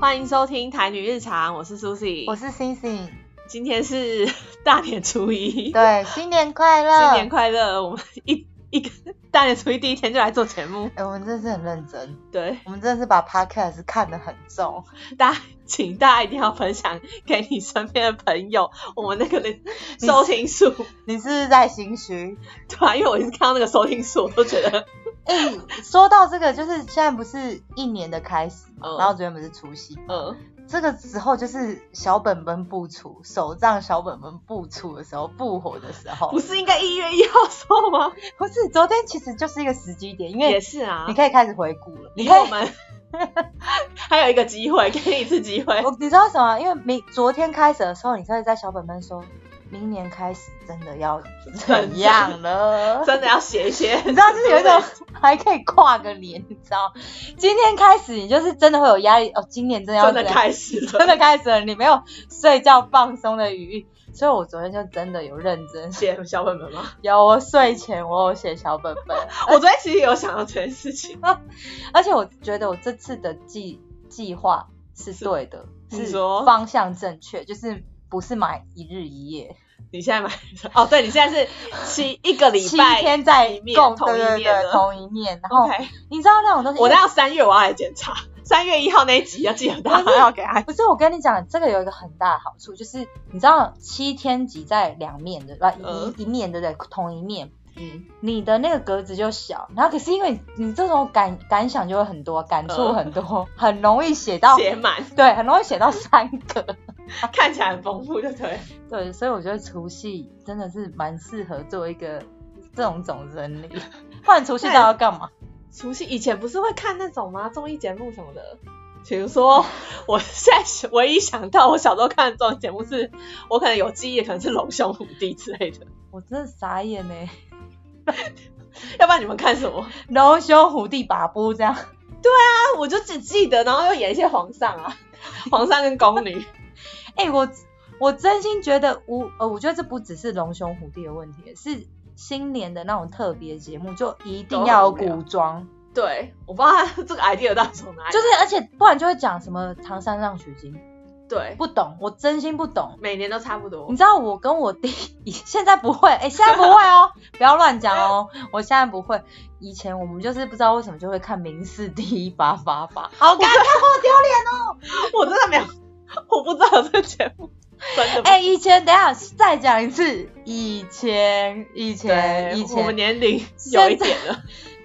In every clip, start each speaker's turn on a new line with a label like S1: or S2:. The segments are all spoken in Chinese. S1: 欢迎收听台女日常，我是 Susie，
S2: 我是星星。
S1: 今天是 大年初一，
S2: 对，新年快乐！
S1: 新年快乐！我们一一个 大年初一第一天就来做节目，
S2: 哎、我们真的是很认真，
S1: 对，
S2: 我们真的是把 podcast 看得很重。
S1: 大家请大家一定要分享给你身边的朋 友，我们那个的收听数，
S2: 你是不是在心虚？
S1: 对啊，因为我一直看到那个收听数，我都觉得，
S2: 哎、说到这个，就是现在不是一年的开始嘛，
S1: 嗯
S2: 然后昨天不是除夕，
S1: 嗯，
S2: 这个时候就是小本本不出，手账小本本不出的时候，不火的时候
S1: 不，是应该一月一号说吗？
S2: 不是昨天其实就是一个时机点，因
S1: 也
S2: 为
S1: 是啊
S2: 你，可以开始回顾了，
S1: 你
S2: 你
S1: 看
S2: 可
S1: 我
S2: 以。
S1: 们 还有一个机会，给你一次机会
S2: 我，你知道什么？因为明昨天开始的时候，你真的在小本本说，明年开始真的 要怎样 了？
S1: 真的要写一些，
S2: 你知道，就是有一种 还可以跨个年，你知道？今天开始，你就是真的会有压力哦。今年真的要
S1: 真的
S2: 怎样
S1: 开始了
S2: 真。的开始了，你没有睡觉放松的余裕。所以我昨天就真的有认真写，
S1: 写小本本吗？
S2: 有我睡前我有写小本本，
S1: 我昨天其实有想到这件事 情，
S2: 而且我觉得我这次的计计划是
S1: 是
S2: 对的，
S1: 你
S2: 是
S1: 说
S2: 方向正确，就是不是买一日一夜。
S1: 你现在买哦，对你现在是七一个礼
S2: 七
S1: 拜
S2: 天在
S1: 一面
S2: 共
S1: 同
S2: 对
S1: 一
S2: 对
S1: 面
S2: 对
S1: 的
S2: 同一面，然后
S1: OK，
S2: 你知道那种东西，
S1: 我到三月我要来检查，三月一号那一集要记得大家要给他。
S2: 不是我跟你讲，这个有一个很大的好处，就是你知道七天挤在两面的，吧？
S1: 嗯
S2: 一一面对不对？同一面，
S1: 嗯，
S2: 你的那个格子就小，然后可是因为你你这种感感想就会很多，感触
S1: 嗯
S2: 很多，很容易写到
S1: 写 满，
S2: 对，很容易写到三个，
S1: 看起来很丰富，对不对？
S2: 对，所以我觉得除夕真的是蛮适合做一个这种总整理，不然除夕到底要干 嘛？
S1: 哎除夕以前不是会看那种吗？综艺节目什么的。比如 说，我现在唯一想到我小时候看的综艺节目是，我可能有记忆，可能是龙兄虎弟之类的，
S2: 我真的傻眼欸呢、
S1: 要不然你们看什么？
S2: 龙兄虎弟把布这样，
S1: 啊， 我就只记得，然后又演一些皇上 啊，皇上跟宫女，
S2: 哎、我我真心觉得无呃，我觉得这不只是龙兄虎弟的问题，是新年的那种特别节目就一定要有古装，
S1: 对，啊我不知道他这个 idea 到底从哪里，
S2: 就是而且不然就会讲什么唐三藏取经，
S1: 对，
S2: 不懂，我真心不懂。
S1: 每年都差不多
S2: 你。知道我跟我弟现在不会，哎、现在不会哦， 不要乱讲哦，我现在不会。以前我们就是不知道为什么就会看《明世第一发发发》，好尴尬，好丢脸哦。
S1: 我真的没有，我不知道有这个节目，真的。
S2: 哎、以前等一下再讲一次，以前以前
S1: 对
S2: 以
S1: 我们
S2: 前，
S1: 年龄有一点了，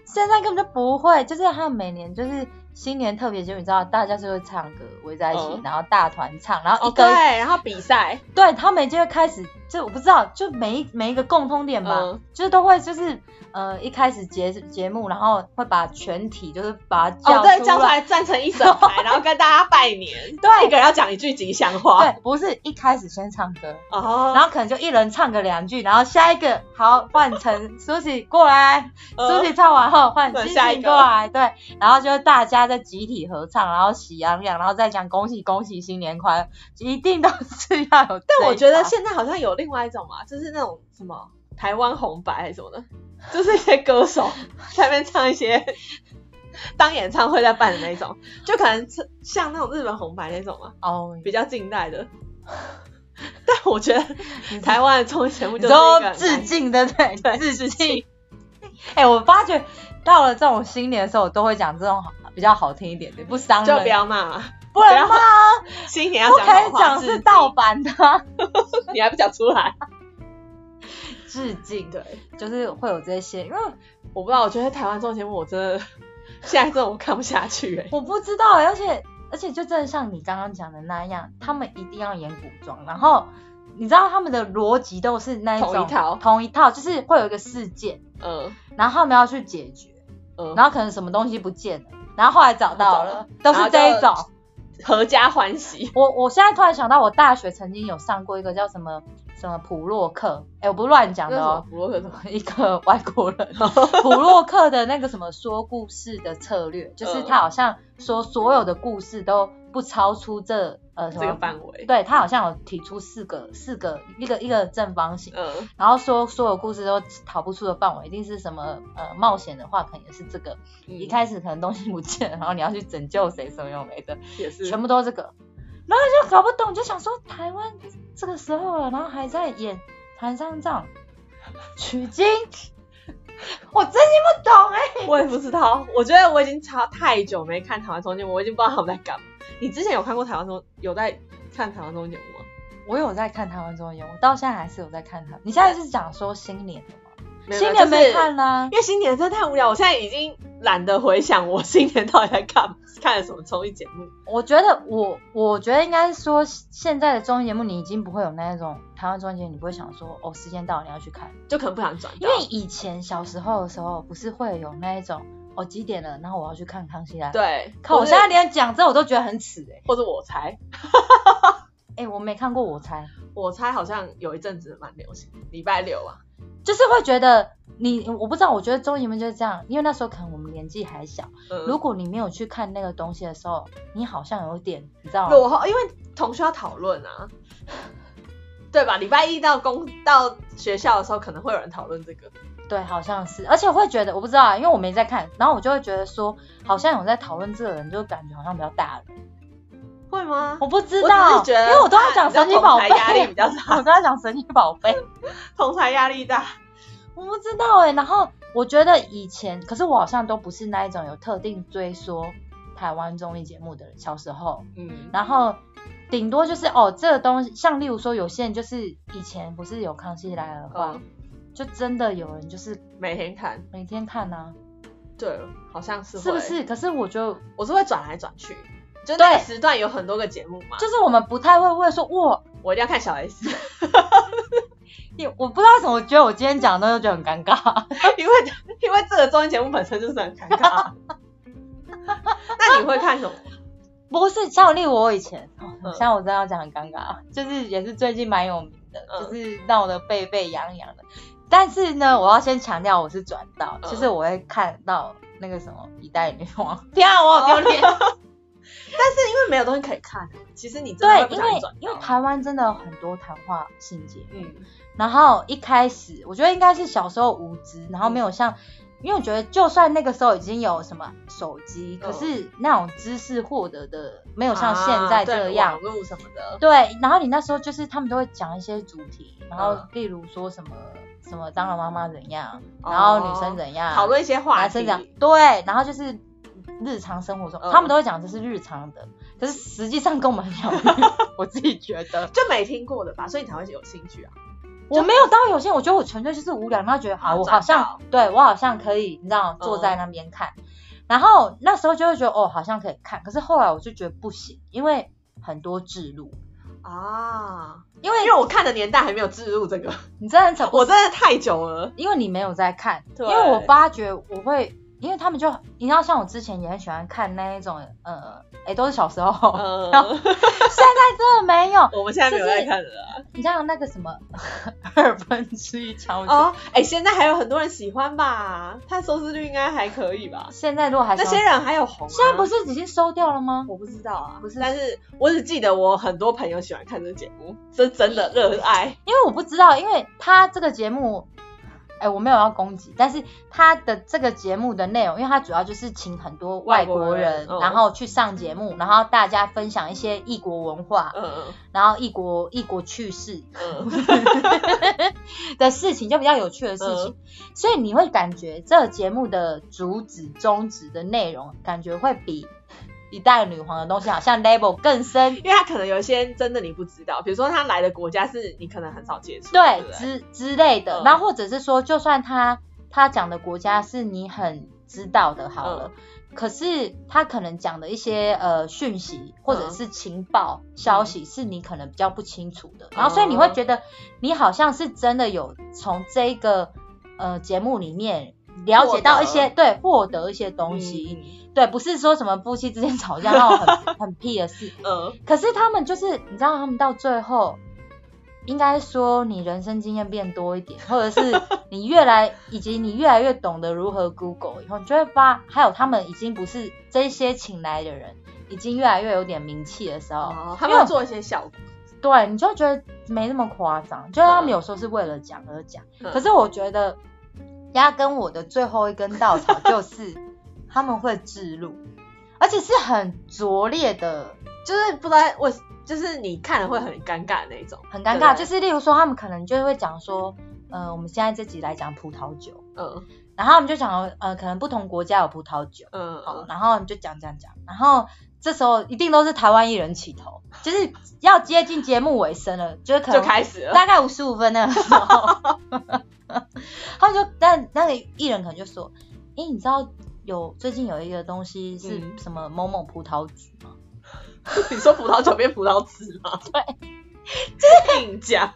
S2: 现在根本就不会，就是他们每年就是新年特别节目，你知道大家就会唱歌围在一起，
S1: 嗯
S2: 然后大团唱，然后
S1: 哦
S2: 一个、
S1: 对，然后比赛，
S2: 对他们就会开始，就我不知道，就每一每一个共通点吧，
S1: 嗯
S2: 就是都会就是呃一开始节节目，然后会把全体就是把它
S1: 哦
S2: 叫出来，
S1: 对，叫出来站成一整排，然后跟大家拜年，
S2: 对
S1: 一个人要讲一句吉祥话，
S2: 对，不是一开始先唱歌，
S1: 哦，
S2: 然后可能就一人唱个两句，然后下一个好换成苏西过来，
S1: 嗯
S2: 苏西唱完后换
S1: 换
S2: 星
S1: 呃下一
S2: 星
S1: 个
S2: 过来，对，然后就是大家在集体合唱，然后喜洋洋，然后再讲恭喜恭喜新年快乐，一定都是要有这一把。
S1: 但我觉
S2: 啊
S1: 得现在好像有另外一种啊，就是那种什么台湾红白还是什么的，就是一些歌手在那边唱一些 当演唱会在办的那种，就可能是像那种日本红白那种嘛，
S2: 哦，
S1: 比较近代的。但我觉得台湾的综艺节目
S2: 你
S1: 就是一
S2: 都
S1: 个
S2: 致
S1: 很
S2: 敬对不对？
S1: 对
S2: 致敬。哎、我发觉到了这种新年的时候，我都会讲这种好比较好听一点的，不伤
S1: 难就
S2: 人，
S1: 不要骂，
S2: 不能
S1: 不 要
S2: 骂啊，
S1: 新年
S2: 不
S1: 要讲
S2: 可
S1: 好
S2: 以
S1: 话，
S2: 讲
S1: 致
S2: 是
S1: 敬
S2: 盗版的啊、
S1: 你还不讲出来？
S2: 致敬
S1: 对，
S2: 就是会有这些，因为
S1: 我不知道，我觉得台湾综艺节目我真的现在真的我看不下去哎、
S2: 我不知道欸、而且而且就真的像你刚刚讲的那样，他们一定要演古装，然后你知道他们的逻辑都是那一种
S1: 同一套
S2: 同一套，就是会有一个事件，
S1: 嗯
S2: 然后他们要去解决，
S1: 嗯，
S2: 然后可能什么东西不见了，然后后来找 到了，
S1: 找到
S2: 都
S1: 了
S2: 是这一
S1: 然
S2: 种
S1: 后。合家欢喜。
S2: 我我现在突然想到，我大学曾经有上过一个叫什么什么普洛克，哎、我不是乱讲
S1: 那
S2: 的
S1: 什么
S2: 哦，
S1: 不洛克什么？
S2: 一个外 国人，普洛
S1: 嗯
S2: 克的那个什么说故事的策略，就是他好像说所有的故事都不超出这呃什
S1: 这
S2: 么
S1: 个范围。
S2: 对他好像有提出四个四个一个一个正方形，
S1: 嗯，
S2: 然后说所有故事都逃不出的范围，一定是什么呃冒险的话，可能也是这个。一
S1: 你
S2: 开始可能东西不见了，然后你要去拯救谁，什么有没的，
S1: 也是
S2: 全部都是这个。然后就搞不懂，就想说台湾这个时候了，然后还在演韩商仗取 经，我真心不懂哎、
S1: 我也不知道，我觉得我已经超太久没看台湾综艺节目，我已经不知道他们在干嘛。你之前有看过台湾综有在看台湾综艺节目吗？
S2: 我有在看台湾综艺，我到现在还是有在看他。你现在是讲说新年的吗？
S1: 没有
S2: 新年没，
S1: 就是
S2: 看啦、
S1: 因为新年真的太无聊，我现在已经懒得回想我新年到底在看看了什么综艺节目。
S2: 我觉得我我觉得应该是说现在的综艺节目，你已经不会有那种台湾综艺节目，你不会想说哦时间到了你要去看。
S1: 就可能不想转
S2: 因
S1: 到。
S2: 为以前小时候的时候，不是会有那一种哦几点了，然后我要去看《康熙来了》。，
S1: 对，
S2: 靠，我
S1: 或是
S2: 现在连讲这我都觉得很耻哎、
S1: 或者我猜，
S2: 欸、
S1: 哎
S2: 我没看过，我猜
S1: 我猜好像有一阵子蛮流行，礼拜六啊，
S2: 就是会觉得你我不知道，我觉得综艺们就是这样，因为那时候可能我们年纪还小，
S1: 嗯，
S2: 如果你没有去看那个东西的时候，你好像有点你知道吗？
S1: 落后，因为同学要讨论啊， 对吧？礼拜一到公到学校的时候，可能会有人讨论这个，
S2: 对，好像是，而且我会觉得我不知道啊，因为我没在看，然后我就会觉得说好像有在讨论这个人，就感觉好像比较大了，
S1: 会吗？
S2: 我不知
S1: 我
S2: 道，
S1: 只是觉得啊
S2: 因为我都在讲神奇宝贝，
S1: 比较同台压力比较大
S2: 我都在讲神奇宝贝。
S1: 同才压力大，
S2: 我不知道哎、然后我觉得以前，可是我好像都不是那一种有特定追说台湾综艺节目的人。小时候，
S1: 嗯，
S2: 然后顶多就是哦，这个东西，像例如说，有些人就是以前不是有《康熙来了》的话，
S1: 嗯
S2: 就真的有人就是
S1: 每天看，
S2: 每天看呐、
S1: 对，好像是
S2: 啊，
S1: 会
S2: 是不是？？可是我就
S1: 我是会转来转去，就那个
S2: 对
S1: 时段有很多个节目嘛，
S2: 就是我们不太会问说哇，
S1: 我一定要看小 S，
S2: 你我不知道为什么，我觉得我今天讲的东西就很尴尬。
S1: 因为因为这个综艺节目本身就是很尴尬。 那你会看什么？
S2: 不是，像例如我以前，
S1: 嗯
S2: 哦、像我真的要讲很尴尬，啊 就是也是最近蛮有名的，
S1: 嗯
S2: 就是闹得沸沸扬扬的。但是呢，我要先强调我是转到，
S1: 嗯
S2: 就是我会看到那个什么一代女王， 天啊， 我好丢
S1: 哦
S2: 脸。
S1: 但是因为没有东西可以看，啊其实你真的会
S2: 对，
S1: 不
S2: 因
S1: 小心
S2: 为
S1: 转到
S2: 因为台湾真的有很多谈话性节目，
S1: 嗯
S2: 然后一开始我觉得应该是小时候无知，然后
S1: 嗯
S2: 没有像，因为我觉得就算那个时候已经有什么手机，
S1: 嗯
S2: 可是那种知识获得的没有像现在这样。
S1: 啊对网络什么的，
S2: 对，然后你那时候就是他们都会讲一些主题，然后
S1: 嗯
S2: 例如说什么什么蟑螂妈妈怎样，然后女生
S1: 人
S2: 怎样，
S1: 哦讨论一些话
S2: 男
S1: 题
S2: 生怎，样，对，然后就是日常生活中、
S1: 嗯
S2: 他们都会讲这是日常的，可是实际上跟我们 很遥远，我自己觉得
S1: 就没听过的吧，所以你才会有兴趣啊。
S2: 我没有到有些，我觉得我纯粹就是无聊，然后觉得好，
S1: 啊
S2: 我
S1: 转到
S2: 好
S1: 嗯
S2: 像对我好像可以，你知道坐在那边看，然后那时候就会觉得哦好像可以看，可是后来我就觉得不行，因为很多制度，
S1: 啊，
S2: 因为
S1: 因为我看的年代还没有置入这个，
S2: 你真的很扯，
S1: 我真的太久了。
S2: 因为你没有在看，
S1: 对
S2: 因为我发觉我会，因为他们就你知道，像我之前也很喜欢看那一种，呃，哎、都是小时候，
S1: 嗯，
S2: 现在真的没有。
S1: 我们现在没有在看了啦。
S2: 你像那个什么 二分之一超级，
S1: 哦，哎，现在还有很多人喜欢吧？它收视率应该还可以吧？
S2: 现在如果还是
S1: 那些人还有红啊，
S2: 现在不是已经收掉了吗？
S1: 我不知道啊，
S2: 不是
S1: 但是我只记得我很多朋友喜欢看这个节目，是真的热爱。
S2: 因为我不知道，因为他这个节目。哎、我没有要攻击，但是他的这个节目的内容，因为他主要就是请很多外国
S1: 外
S2: 人，
S1: 国人嗯
S2: 然后去上节目，然后大家分享一些异国文化，
S1: 嗯嗯
S2: 然后异国异国趣事
S1: 嗯。
S2: 的事情，就比较有趣的事情，所以你会感觉这个节目的主旨、宗旨的内容，感觉会比一代女皇的东西好像 level 更深，
S1: 因为他可能有一些真的你不知道，比如说他来的国家是你可能很少接触，对
S2: 对
S1: 不对，
S2: 之之类的。
S1: 嗯
S2: 然后或者是说，就算他他讲的国家是你很知道的，好了。可是他可能讲的一些呃讯息或者是情报、消息是你可能比较不清楚的，然后所以你会觉得你好像是真的有从这个呃节目里面了解到一些对获得一嗯些东西，
S1: 西，
S2: 对，不是说什么夫妻之间吵架那种很 很屁的事，
S1: 嗯，
S2: 可是他们就是，你知道，他们到最后，应该说你人生经验变多一点，或者是你越来，以及你越来越懂得如何 Google 以后，你就会发，还有他们已经不是这些请来的人，已经越来越有点名气的时候，
S1: 哦，他们要做一些效果，
S2: 对，你就会觉得没那么夸张，就是他们有时候是为了讲而讲。
S1: 嗯
S2: 可是我觉得压根我的最后一根稻草就是他们会自录，而且是很拙劣的，
S1: 就是不知道为，就是你看了会很尴尬的那种，
S2: 很尴尬。
S1: 对
S2: 就是例如说，他们可能就会讲说，呃，我们现在这集来讲葡萄酒，
S1: 嗯
S2: 然后我们就讲，呃，可能不同国家有葡萄酒，
S1: 嗯
S2: 好
S1: 嗯，
S2: 然后你就讲讲讲，然后这时候一定都是台湾艺人起头，就是要接近节目尾声了，就是可
S1: 就
S2: 能
S1: 开始了，
S2: 大概五十五分那个时候， 他们就但那个艺人可能就说，诶，你知道有最近有一个东西是
S1: 嗯
S2: 什么某某葡萄橘吗？
S1: 你说葡萄酒变葡萄汁吗？ 对，硬讲，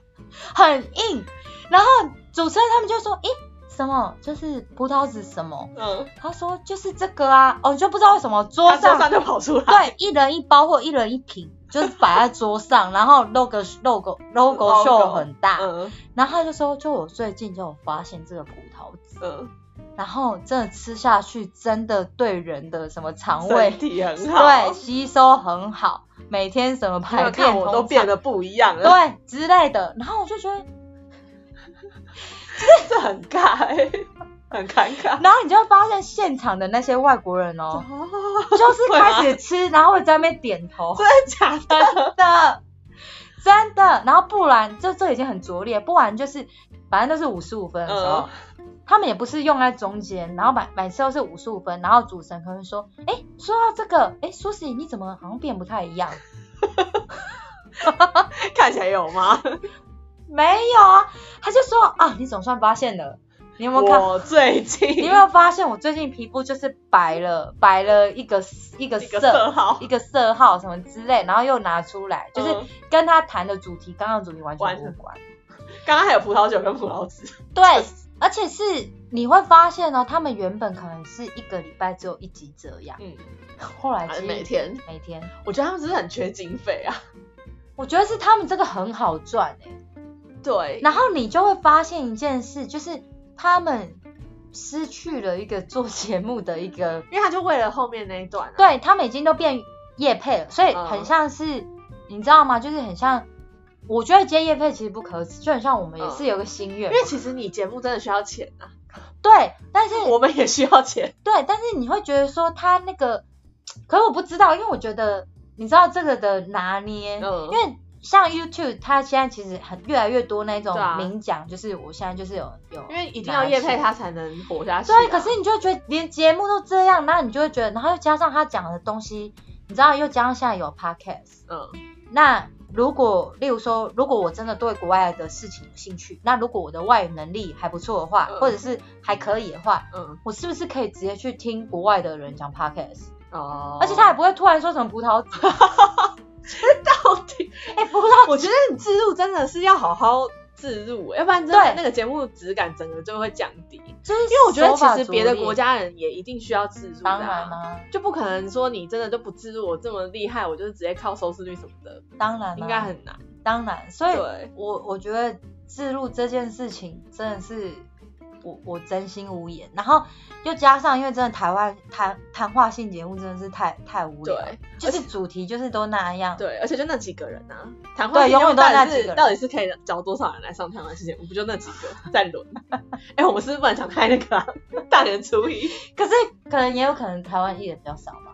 S2: 很硬，然后主持人他们就说，诶，什么就是葡萄籽什么？
S1: 嗯，
S2: 他说就是这个啊，哦，你就不知道为什么桌
S1: 他桌
S2: 上
S1: 上就跑出来，
S2: 对，一人一包或一人一瓶，就是摆在桌 上，然后 logo logo logo 秀很大，
S1: 嗯
S2: 然后他就说，就我最近就有发现这个葡萄籽，
S1: 嗯，
S2: 然后真的吃下去，真的对人的什么肠胃
S1: 身体很好，
S2: 对吸收很好，每天什么
S1: 还
S2: 排
S1: 有
S2: 便
S1: 看我都
S2: 通
S1: 变
S2: 畅
S1: 得不一样了，
S2: 对之类的，然后我就觉得，
S1: 对，这很尬欸，很尴尬。
S2: 然后你就会发现现场的那些外国人哦，
S1: 哦，
S2: 就是
S1: 会吗
S2: 开始吃，然后会在那边点头，
S1: 真的假的？
S2: 真的，真的。然后不然，这这已经很拙劣，不然就是反正都是五十五
S1: 嗯
S2: 分的时候，他们也不是用在中间，然后每每次都是五十五分，然后主持人可能会说，哎、说到这个，哎、苏西你怎么好像变不太一样？
S1: 看起来有吗？
S2: 没有啊，他就说啊，你总算发现了，你有没有看？
S1: 我最近
S2: 你有没有发现我最近皮肤就是白了，白了一个一个
S1: 一个
S2: 色。
S1: 色号
S2: 一个色号什么之类，然后又拿出来，就是
S1: 嗯
S2: 跟他谈的主题，刚刚的主题完
S1: 完
S2: 全无
S1: 全
S2: 关。
S1: 刚刚还有葡萄酒跟葡萄汁，
S2: 对，而且是你会发现呢，他们原本可能是一个礼拜只有一集这样，
S1: 嗯，
S2: 后来其实
S1: 每天，
S2: 每天，
S1: 我觉得他们只是很缺经费 啊。
S2: 我觉得是他们这个很好赚哎、
S1: 对，
S2: 然后你就会发现一件事，就是他们失去了一个做节目的一个，
S1: 因为他就为了后面那一段、啊，
S2: 对他们已经都变叶配了，所以
S1: 嗯
S2: 很像是、你知道吗？就是很像，我觉得接叶配其实不可耻，就很像我
S1: 嗯
S2: 们也是有个心愿
S1: 因
S2: 嘛，
S1: 为其实你节目真的需要钱啊，
S2: 对，但是
S1: 我们也需要钱。
S2: 对，但是你会觉得说他那个，可是我不知道，因为我觉得你知道这个的拿捏，
S1: 嗯
S2: 因为像 YouTube 它现在其实很越来越多那种
S1: 对啊
S2: 明讲，就是我现在就是有有，
S1: 因为一定要业配。他才能活下去、啊。
S2: 对，可是你就会觉得连节目都这样，那你就会觉得，然后又加上他讲的东西，你知道，又加上现在有 podcast，
S1: 嗯
S2: 那如果例如说，如果我真的对国外的事情有兴趣，那如果我的外语能力还不错的话，
S1: 嗯
S2: 或者是还可以的话，
S1: 嗯
S2: 我是不是可以直接去听国外的人讲 podcast？、
S1: 哦，
S2: 而且 他也不会突然说什么葡萄籽，
S1: 到底，
S2: 哎、葡萄
S1: 我觉得你自入真的是要好好自入，欸要不然真的
S2: 对
S1: 那个节目质感整 个就会降低。因
S2: 就是因
S1: 为我觉得其实别的国家人也一定需要自入的、
S2: 当然
S1: 啊。
S2: 啦、
S1: 就不可能说你真的就不自入，我这么厉害，我就是直接靠收视率什么的，
S2: 当然啦、啊
S1: 应该很难。
S2: 当然，所以
S1: 对，
S2: 我我觉得自录这件事情真的是我我真心无言，然后又加上因为真的台湾谈谈话性节目真的是太太无聊
S1: 对，
S2: 就是主题就是都那样，
S1: 对，而且就那几个人啊，谈话
S2: 对永远都是
S1: 到
S2: 那
S1: 底
S2: 几个
S1: 是
S2: 人
S1: 到底是可以找多少人来上台湾事情？我不就那几个在轮？ 哎、我们是不是本来想开那个、啊、大年初一？
S2: 可是可能也有可能台湾艺人比较少吧。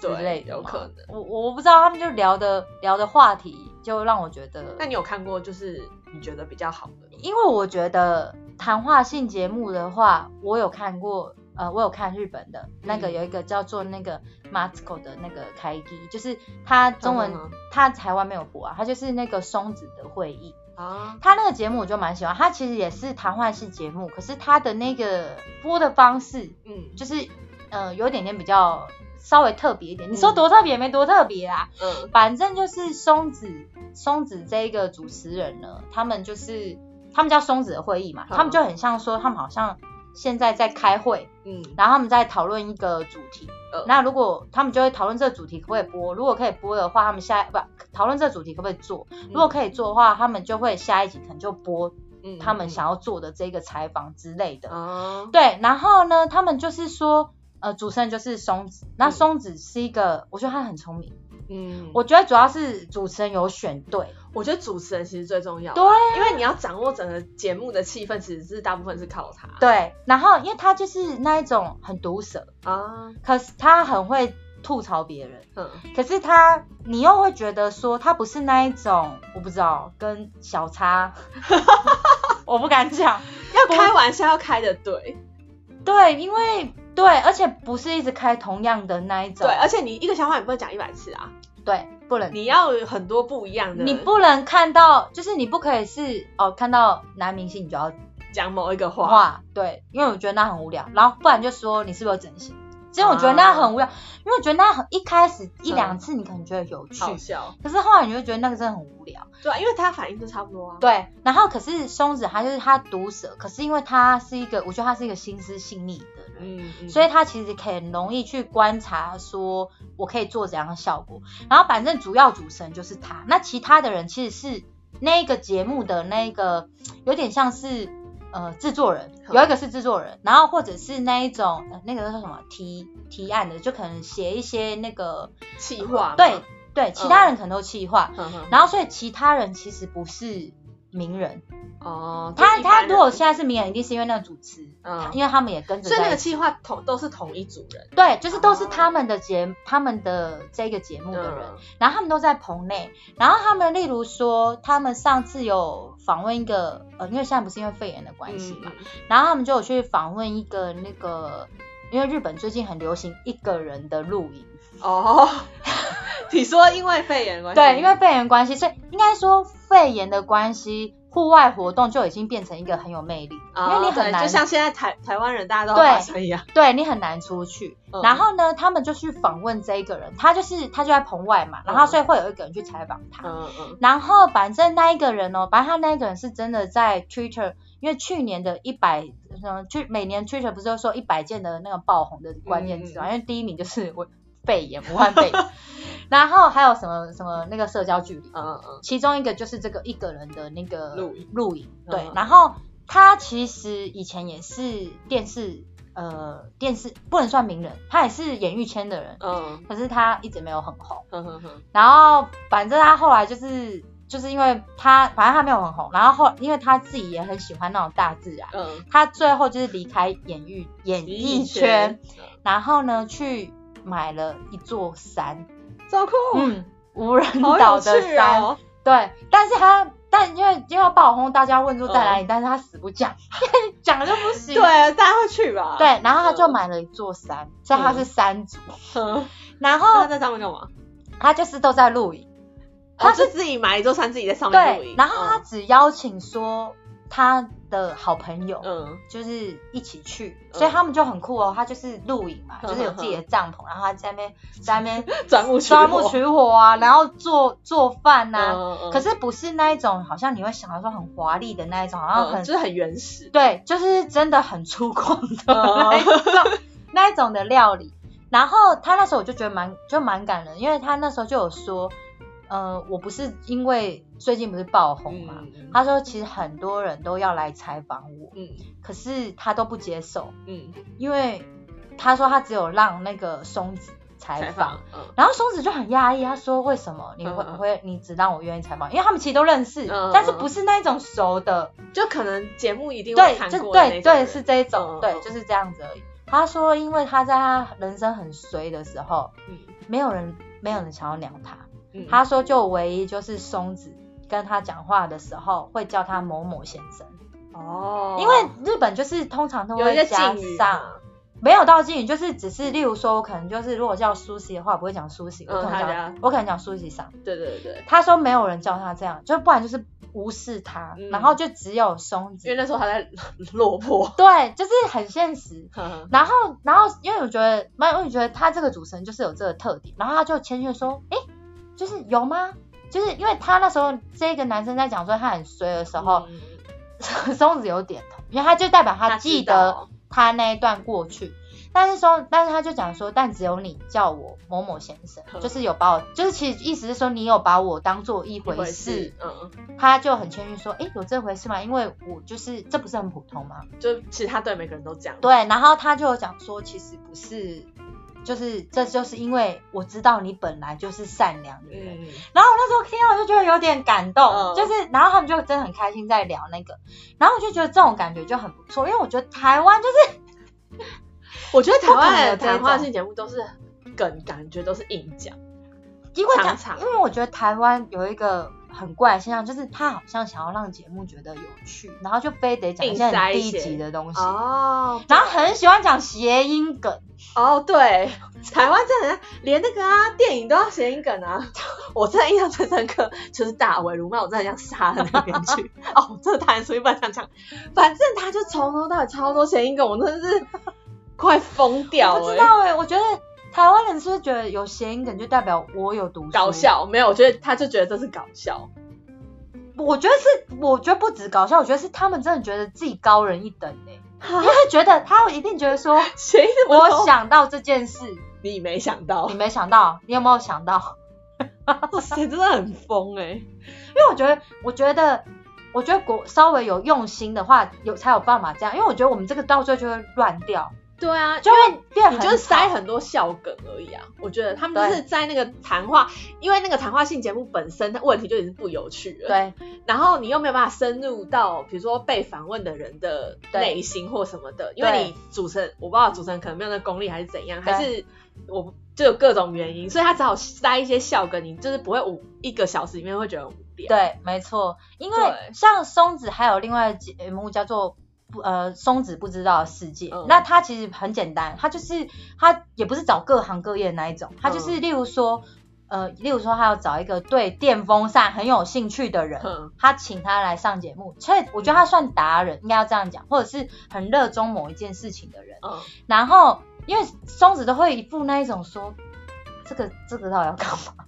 S2: 之类
S1: 对，
S2: 的嘛，
S1: 有可能。
S2: 我我不知道，他们就聊的聊的话题，就让我觉得，
S1: 那你有看过就是你觉得比较好的？
S2: 因为我觉得谈话性节目的话，我有看过，呃，我有看日本的那个
S1: 嗯
S2: 有一个叫做那个 Matsuko 的那个开机，就是他中文
S1: 嗯嗯嗯
S2: 他台湾没有播啊，他就是那个松子的会议，
S1: 啊，
S2: 他那个节目我就蛮喜欢，他其实也是谈话性节目，可是他的那个播的方式
S1: 嗯，就
S2: 就是，呃，有一点点比较稍微特别一点，你说
S1: 嗯
S2: 多特别没多特别啦。
S1: 嗯
S2: 反正就是松子松子这一个主持人呢，他们就是他们叫松子的会议嘛，
S1: 嗯
S2: 他们就很像说他们好像现在在开会，
S1: 嗯
S2: 然后他们在讨论一个主题。
S1: 嗯
S2: 那如果他们就会讨论这个主题可不可以播，如果可以播的话，他们下不讨论这个主题可不可以做，如果可以做的话，他们就会下一集可能就播
S1: 嗯
S2: 他们想要做的这个采访之类的。
S1: 啊，
S2: 对，然后呢，他们就是说，呃，主持人就是松子。那
S1: 嗯
S2: 松子是一个，我觉得他很聪明。
S1: 嗯，我
S2: 我觉得主要是主持人有选对，
S1: 我觉得主持人其实最重要，
S2: 对，
S1: 因为你要掌握整个节目的气氛，其实是大部分是靠他。
S2: 对。然后因为他就是那一种很毒舌，
S1: 啊，
S2: 可是他很会吐槽别人，
S1: 嗯
S2: 可是他你又会觉得说他不是那一种，我不知道跟小叉， 我不敢讲。
S1: 要开玩笑要开的对，
S2: 对，因为对，而且不是一直开同样的那一种
S1: 对，，而且你一个笑话你不能讲一百次啊，
S2: 对，不能。
S1: 你要有很多不一样的。
S2: 你不能看到，就是你不可以是哦，看到男明星你就要
S1: 讲某一个话，
S2: 画，对，因为我觉得那很无聊。然后不然就说你是不是有整形？其实我觉得那很无聊，因为我觉得那很一开始一
S1: 嗯
S2: 两次你可能觉得有趣，
S1: 好笑，
S2: 可是后来你就觉得那个真的很无聊。
S1: 对啊，因为他反应都差不多啊。
S2: 对，然后可是松子他就是他毒舌，可是因为他是一个，我觉得他是一个心思细腻的人。
S1: 嗯，嗯，
S2: 所以他其实可以很容易去观察，说我可以做怎样的效果。然后反正主要主持人就是他，那其他的人其实是那个节目的那个有点像是呃制作人，
S1: 好
S2: 有一个是制作人，然后或者是那一种、呃、那个叫什么提提案的，就可能写一些那个
S1: 气话嘛
S2: 对，对，
S1: 嗯
S2: 其他人可能都企划，
S1: 哼哼
S2: 然后所以其他人其实不是名人，
S1: 哦，
S2: 他
S1: 就一
S2: 他
S1: 般人
S2: 如果现在是名人，一定是因为那个主持，
S1: 嗯，
S2: 因为他们也跟着
S1: 所以那
S2: 在
S1: 个气话同都是同一组人
S2: 对，就是都是他们的节、他们的这个节目的人，
S1: 嗯
S2: 然后他们都在棚内，然后他们例如说，他们上次有访问一个，呃，因为现在不是因为肺炎的关系
S1: 嗯
S2: 嘛，，然后他们就有去访问一个那个，因为日本最近很流行一个人的露营，
S1: 嗯哦， 你说因为肺炎的关系，
S2: 对，因为肺炎关系，所以应该说肺炎的关系，户外活动就已经变成一个很有魅力，因为
S1: 哦
S2: 你很
S1: 对
S2: 难
S1: 就像现在台台湾人大家都
S2: 对
S1: 发生一样，
S2: 对你很难出去。
S1: 嗯
S2: 然后呢，他们就去访问这一个人，他就是他就在棚外嘛，然后所以会有一个人去采访他。
S1: 嗯嗯
S2: 然后反正那一个人哦，反正他那一个人是真的在 Twitter，因为去年的一百，嗯，去每年 Twitter 不是都说一百件的那个爆红的关键字嘛，
S1: 嗯
S2: 因为第一名就是我肺炎，武汉肺炎， 然后还有什么什么那个社交距离，
S1: 嗯嗯
S2: 其中一个就是这个一个人的那个
S1: 露营
S2: 露营，对。
S1: 嗯
S2: 然后他其实以前也是电视，呃，电视不能算名人，他也是演艺圈的人，
S1: 嗯
S2: 可是他一直没有很红。
S1: 嗯哼哼
S2: 然后反正他后来就是就是因为他，反正他没有很红，然后后因为他自己也很喜欢那种大自然，
S1: 嗯，
S2: 他最后就是离开演艺演艺圈，，然后呢去买了一座山，
S1: 超酷，
S2: 嗯，无人
S1: 好
S2: 岛
S1: 有
S2: 的
S1: 趣
S2: 山。
S1: 哦，
S2: 对，但是他但因为因为要爆红，大家问说在哪里，但是他死不讲， 讲了就不
S1: 嗯
S2: 行。
S1: 对，啊大家会去吧？
S2: 对，然后他就买了一座山，所以他是山族，
S1: 嗯，
S2: 然
S1: 那他
S2: 后
S1: 在上面干嘛？
S2: 他就是都在露营，
S1: 他是自己买一座山，自己在上面露
S2: 对
S1: 营，，
S2: 然后他只邀请说他的好朋友。
S1: 嗯
S2: 就是一起去，
S1: 嗯
S2: 所以他们就很酷哦。他就是露营嘛，
S1: 嗯
S2: 就是有自己的帐篷，然后他在那边在那边
S1: 嗯钻木 取
S2: 钻木
S1: 火
S2: 取火啊，然后做做饭呐、
S1: 嗯嗯
S2: 可是不是那一种，好像你会想到说很华丽的那一种，好像
S1: 嗯
S2: 很
S1: 就是很原始，
S2: 对，就是真的很粗犷的 那一
S1: 嗯
S2: 种、那一种的料理。然后他那时候我就觉得蛮就蛮感人，因为他那时候就有说，呃，我不是因为最近不是爆红嘛，
S1: 嗯
S2: 他说其实很多人都要来采访我，
S1: 嗯
S2: 可是他都不接受，
S1: 嗯，
S2: 因为他说他只有让那个松子采
S1: 采
S2: 访
S1: 访，，嗯
S2: 然后松子就很压抑，他说为什么你会
S1: 嗯嗯
S2: 不会你只让我愿意采访？因为他们其实都认识，
S1: 嗯嗯
S2: 但是
S1: 嗯
S2: 不是那一种熟的，
S1: 就可能节目一定会
S2: 对，
S1: 看
S2: 就
S1: 过的
S2: 对
S1: 那种
S2: 对
S1: 人
S2: 是这一
S1: 嗯
S2: 种，
S1: 嗯
S2: 对
S1: 嗯
S2: 就是这样子而已。他说，因为他在他人生很衰的时候，
S1: 嗯
S2: 没有人没有人想要鸟他。
S1: 嗯
S2: 他说，就唯一就是松子跟他讲话的时候会叫他某某先生，
S1: 哦，
S2: 因为日本就是通常都
S1: 有一
S2: 会
S1: 些
S2: 加
S1: 敬语
S2: 上。没有到敬语，就是只是，例如说，我可能就是如果叫苏西的话，我不会讲苏西，
S1: 嗯
S2: 我可能
S1: 他
S2: 讲、
S1: 讲
S2: 我可能讲苏西上。
S1: 对对对，
S2: 他说没有人叫他这样，就不然就是无视他，
S1: 嗯
S2: 然后就只有松
S1: 因为
S2: 子。
S1: 那时候他在 落魄，
S2: 对，就是很现实。
S1: 呵呵
S2: 然后，然后，因为我觉得，蛮，我觉得他这个主持人就是有这个特点，然后他就谦虚地说，诶，就是有吗？就是因为他那时候这个男生在讲说他很衰的时候，
S1: 嗯
S2: 松子有点头，因为他就代表他
S1: 他知
S2: 记
S1: 道
S2: 得他那一段过去。但是说，但是他就讲说，但只有你叫我某某先生，
S1: 嗯
S2: 就是有把我，就是其实意思是说你有把我当做一回
S1: 回
S2: 事
S1: 事，，嗯，
S2: 他就很谦虚说，诶，有这回事吗？因为我就是这不是很普通吗？
S1: 就其他队每个人都这样，
S2: 对，然后他就有讲说，其实不是，就是这就是因为我知道你本来就是善良的人。
S1: 嗯，
S2: 然后我那时候听到我就觉得有点感动，
S1: 嗯
S2: 就是然后他们就真的很开心在聊那个，然后我就觉得这种感觉就很不错，因为我觉得台湾就是
S1: 我觉得台湾的
S2: 不可能有这种
S1: 谈话性节目都是梗，感觉都是硬讲，
S2: 因为
S1: 常
S2: 讲，
S1: 常
S2: 因为我觉得台湾有一个很怪的现象，就是他好像想要让节目觉得有趣，然后就非得讲一些
S1: 硬塞
S2: 很
S1: 一
S2: 低
S1: 些
S2: 级的东西，
S1: 哦
S2: 然后很喜欢讲谐音梗。
S1: 哦，对，台湾真的连那个啊电影都要谐音梗啊！ 我真的印象最深刻就是大尾卢曼，我真的想杀了那边去。 哦，我真的太所以不能这样讲。反正他就从头到尾超多谐音梗，我真的是快疯掉欸
S2: 我不
S1: 了、
S2: 知道哎、我觉得台湾人是不是觉得有谐音梗就代表我有读书？欸
S1: 搞，笑没有，我觉得他就觉得这是搞笑，
S2: 我觉得是，我觉得不止搞笑，我觉得是他们真的觉得自己高人一等 哎、因为觉得他一定觉得说，
S1: 谐音梗
S2: 我
S1: 都
S2: 想到这件事，
S1: 你没想 到
S2: 你，没想到，你有没有想到？
S1: 哇塞，真的很疯哎、
S2: 因为我觉得，我觉得，我觉得国稍微有用心的话，有才有办法这样。因为我觉得我们这个到最后就会乱掉，
S1: 对啊，
S2: 就会变
S1: 你
S2: 很
S1: 就是塞
S2: 吵
S1: 很多笑梗而已啊。我觉得他们就是在那个谈话，因为那个谈话性节目本身它问题就已经不有趣了，
S2: 对
S1: 然后你又没有办法深入到，比如说被访问的人的内心或什么的，因为你主持人，我不知道主持人可能没有那个功力，还是怎样，
S2: 对
S1: 还是我就有各种原因，所以他只好塞一些笑梗，你就是不会无一个小时里面会觉得很无聊。
S2: 对，没错。因为
S1: 对
S2: 像松子还有另外的节目叫做。不呃，松子不知道的世界，
S1: 嗯
S2: 那它其实很简单，它就是它也不是找各行各业的那一
S1: 嗯
S2: 种，它就是例如说，呃，例如说他要找一个对电风扇很有兴趣的人，
S1: 嗯，
S2: 他请他来上节目，所以我觉得他算达人，应该要这样讲，或者是很热衷某一件事情的人。
S1: 嗯，
S2: 然后因为松子都会一副那一种说，这个这个到底要干嘛，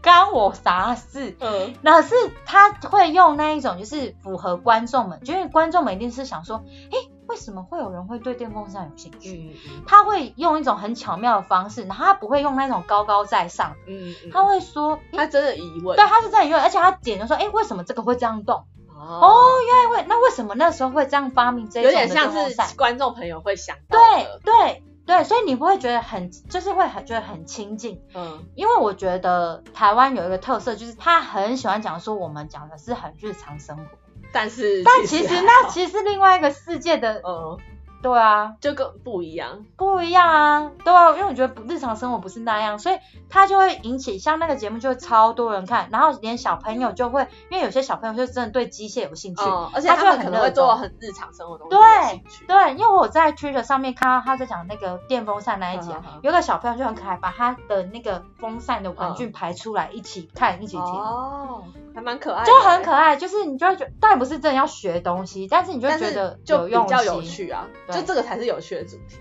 S2: 干我啥事？
S1: 嗯，
S2: 那是他会用那一种就是符合观众们，因为观众们一定是想说，诶，为什么会有人会对电风扇有兴趣？
S1: 嗯，
S2: 他会用一种很巧妙的方式，然后他不会用那种高高在上，
S1: 嗯，嗯
S2: 他会说，诶
S1: 他真的疑问，
S2: 对，他是在疑问，而且他点就说，诶，为什么这个会这样动？
S1: 哦，
S2: 哦，原来为那为什么那时候会这样发明这一
S1: 有
S2: 种
S1: 点
S2: 的电
S1: 像
S2: 风扇
S1: 是？观众朋友会想到
S2: 对
S1: 的，
S2: 对对，所以你不会觉得很，就是会很觉得很亲近，
S1: 嗯，
S2: 因为我觉得台湾有一个特色，就是他很喜欢讲说我们讲的是很日常生活，
S1: 但是
S2: 但其实
S1: 还
S2: 那
S1: 好
S2: 其实是另外一个世界的，
S1: 嗯，
S2: 对啊，
S1: 就跟不一样，
S2: 不一样啊，对啊，因为我觉得不日常生活不是那样，所以他就会引起像那个节目就会超多人看，然后连小朋友就会，因为有些小朋友就真的对机械有兴趣，
S1: 嗯，而且
S2: 哦他
S1: 他
S2: 就
S1: 们
S2: 很
S1: 可能
S2: 热
S1: 会做
S2: 衷
S1: 很日常生活中
S2: 对
S1: 有兴趣，
S2: 对，因为我有在 Twitter 上面看到他在讲那个电风扇那一集啊，
S1: 嗯嗯嗯
S2: 有个小朋友就很可爱，把他的那个风扇的玩具排出来一起看、一起听，
S1: 哦，还蛮可爱的欸，
S2: 就很可爱。就是你就会觉得，当然不是真的要学东西，但是你就会
S1: 但
S2: 觉
S1: 是
S2: 得
S1: 就
S2: 用
S1: 比
S2: 心
S1: 较有。趣啊，
S2: 对
S1: 就这个才是有趣的主题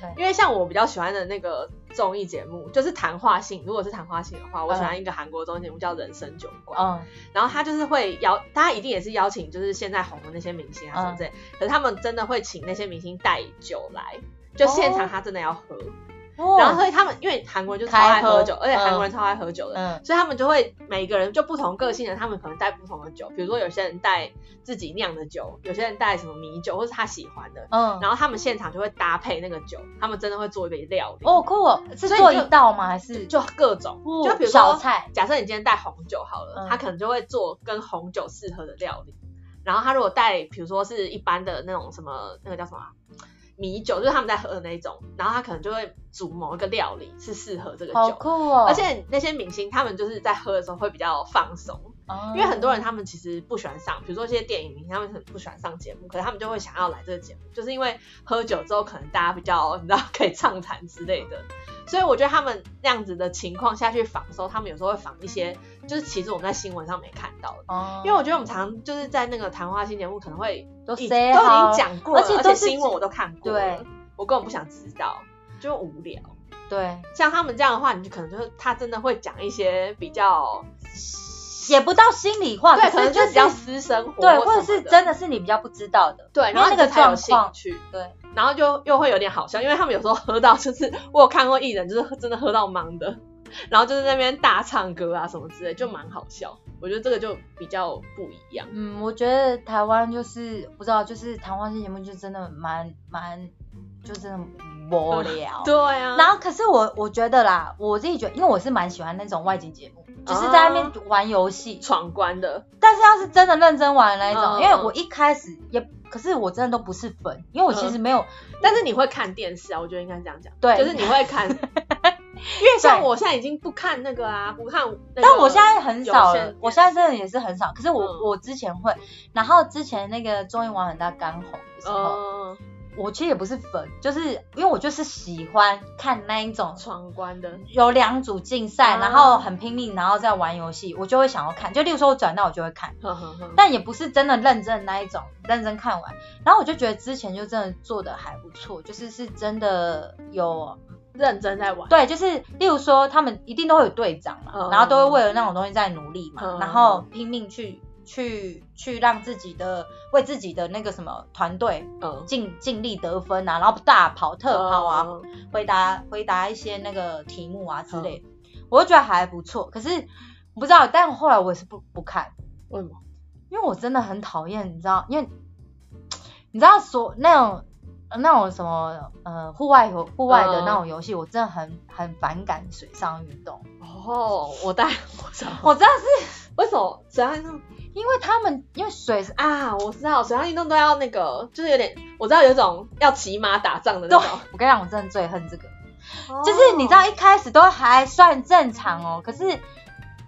S2: 对。
S1: 因为像我比较喜欢的那个综艺节目，就是谈话性。如果是谈话性的话，我喜欢一个韩国综艺节目叫《人生酒馆》，
S2: 嗯，
S1: 然后他就是会邀，他一定也是邀请就是现在红的那些明星啊什么
S2: 嗯
S1: 之类，可是他们真的会请那些明星带酒来，就现场
S2: 哦
S1: 他真的要喝，然后
S2: 哦，
S1: 所以他们因为韩国人就超爱
S2: 开喝
S1: 喝酒，而且韩国
S2: 嗯
S1: 人超爱喝酒的，
S2: 嗯，
S1: 所以他们就会每个人就不同个性的，他们可能带不同的酒，比如说有些人带自己酿的酒，有些人带什么米酒或是他喜欢的，
S2: 嗯，
S1: 然后他们现场就会搭配那个酒，他们真的会做一杯料理，
S2: 哦，酷哦，是
S1: 所以
S2: 做
S1: 你
S2: 一
S1: 就
S2: 道吗？还是
S1: 就各种，
S2: 哦
S1: 就比如
S2: 小
S1: 说
S2: 菜？
S1: 假设你今天带红酒好了，
S2: 嗯
S1: 他可能就会做跟红酒适合的料理，然后他如果带比如说是一般的那种什么那个叫什么啊、米酒，就是他们在喝的那一种，然后他可能就会煮某一个料理是适合这个
S2: 好
S1: 酒。
S2: 酷哦！
S1: 而且那些明星他们就是在喝的时候会比较放松，
S2: 嗯，
S1: 因为很多人他们其实不喜欢上，比如说一些电影明星他们很不喜欢上节目，可是他们就会想要来这个节目，就是因为喝酒之后可能大家比较你知道可以畅谈之类的，所以我觉得他们那样子的情况下去访的时候，他们有时候会访一些就是其实我们在新闻上没看到的。
S2: 嗯，
S1: 因为我觉得我们常就是在那个谈话性节目可能会
S2: 都
S1: 已
S2: 塞
S1: 都已
S2: 好
S1: 经讲过了，
S2: 而且
S1: 而
S2: 都
S1: 且
S2: 是
S1: 新闻我都看过了
S2: 对，
S1: 我根本不想知道，就无聊。
S2: 对，
S1: 像他们这样的话，你就可能就是他真的会讲一些比较
S2: 写不到心里话，
S1: 对，
S2: 啊可
S1: 可能
S2: 是
S1: 就是比较私生活，
S2: 对，或者是真
S1: 的
S2: 的是你比较不知道的，
S1: 对，然后
S2: 那个
S1: 你才有
S2: 状
S1: 兴
S2: 况
S1: 趣。
S2: 对，
S1: 然后就又会有点好笑，因为他们有时候喝到 就是我有看过艺人就是真的喝到懵的，然后就是在那边大唱歌啊什么之类，就蛮好笑。我觉得这个就比较不一样。
S2: 嗯，我觉得台湾就是不知道，就是谈话性节目就真的蛮蛮，就真的无聊。
S1: 对啊，
S2: 哦然后可是我我觉得啦，我自己觉得，因为我是蛮喜欢那种外景节目，
S1: 哦
S2: 就是在那边玩游戏。
S1: 闯关的，
S2: 但是要是真的认真玩的那一种，
S1: 嗯
S2: 因为我一开始也，可是我真的都不是粉，因为我其实没有、
S1: 但是你会看电视啊？我觉得应该这样讲，
S2: 对
S1: 就是你会 看，因为像我现在已经不看那个啊，不看那个，
S2: 但我现在很少
S1: 有线
S2: 了，我现在真的也是很少。可是我、
S1: 嗯
S2: 我之前会，然后之前那个综艺玩很大刚红的时候，
S1: 嗯
S2: 我其实也不是粉，就是因为我就是喜欢看那一种
S1: 闯关的，
S2: 有两组竞赛，
S1: 啊
S2: 然后很拼命，然后再玩游戏，我就会想要看。就例如说我转到我就会看，
S1: 呵呵呵，
S2: 但也不是真的认真的那一种，认真看完。然后我就觉得之前就真的做的还不错，就是是真的有
S1: 认真在玩，
S2: 对，就是例如说，他们一定都会有队长嘛，
S1: 嗯
S2: 然后都会为了那种东西在努力嘛，
S1: 嗯
S2: 然后拼命去去去让自己的为自己的那个什么团队
S1: 嗯，
S2: 尽尽力得分啊，然后大跑特跑啊，
S1: 嗯，
S2: 回答回答一些那个题目啊之类的，我就觉得还不错。可是我不知道，但后来我也是不不看，
S1: 为什么？
S2: 因为我真的很讨厌，你知道，因为你知道所那种那种什么呃户外游户外的
S1: 嗯
S2: 那种游戏，我真的很很反感水上运动。
S1: 哦，我带 我知道，
S2: 我真的是
S1: 为什么水上运动
S2: 因为他们因为水是
S1: 啊？我知道水上运动都要那个，就是有点，我知道有一种要骑马打仗的那种，
S2: 我跟你讲，我真的最恨这个，
S1: 哦
S2: 就是你知道一开始都还算正常哦，可是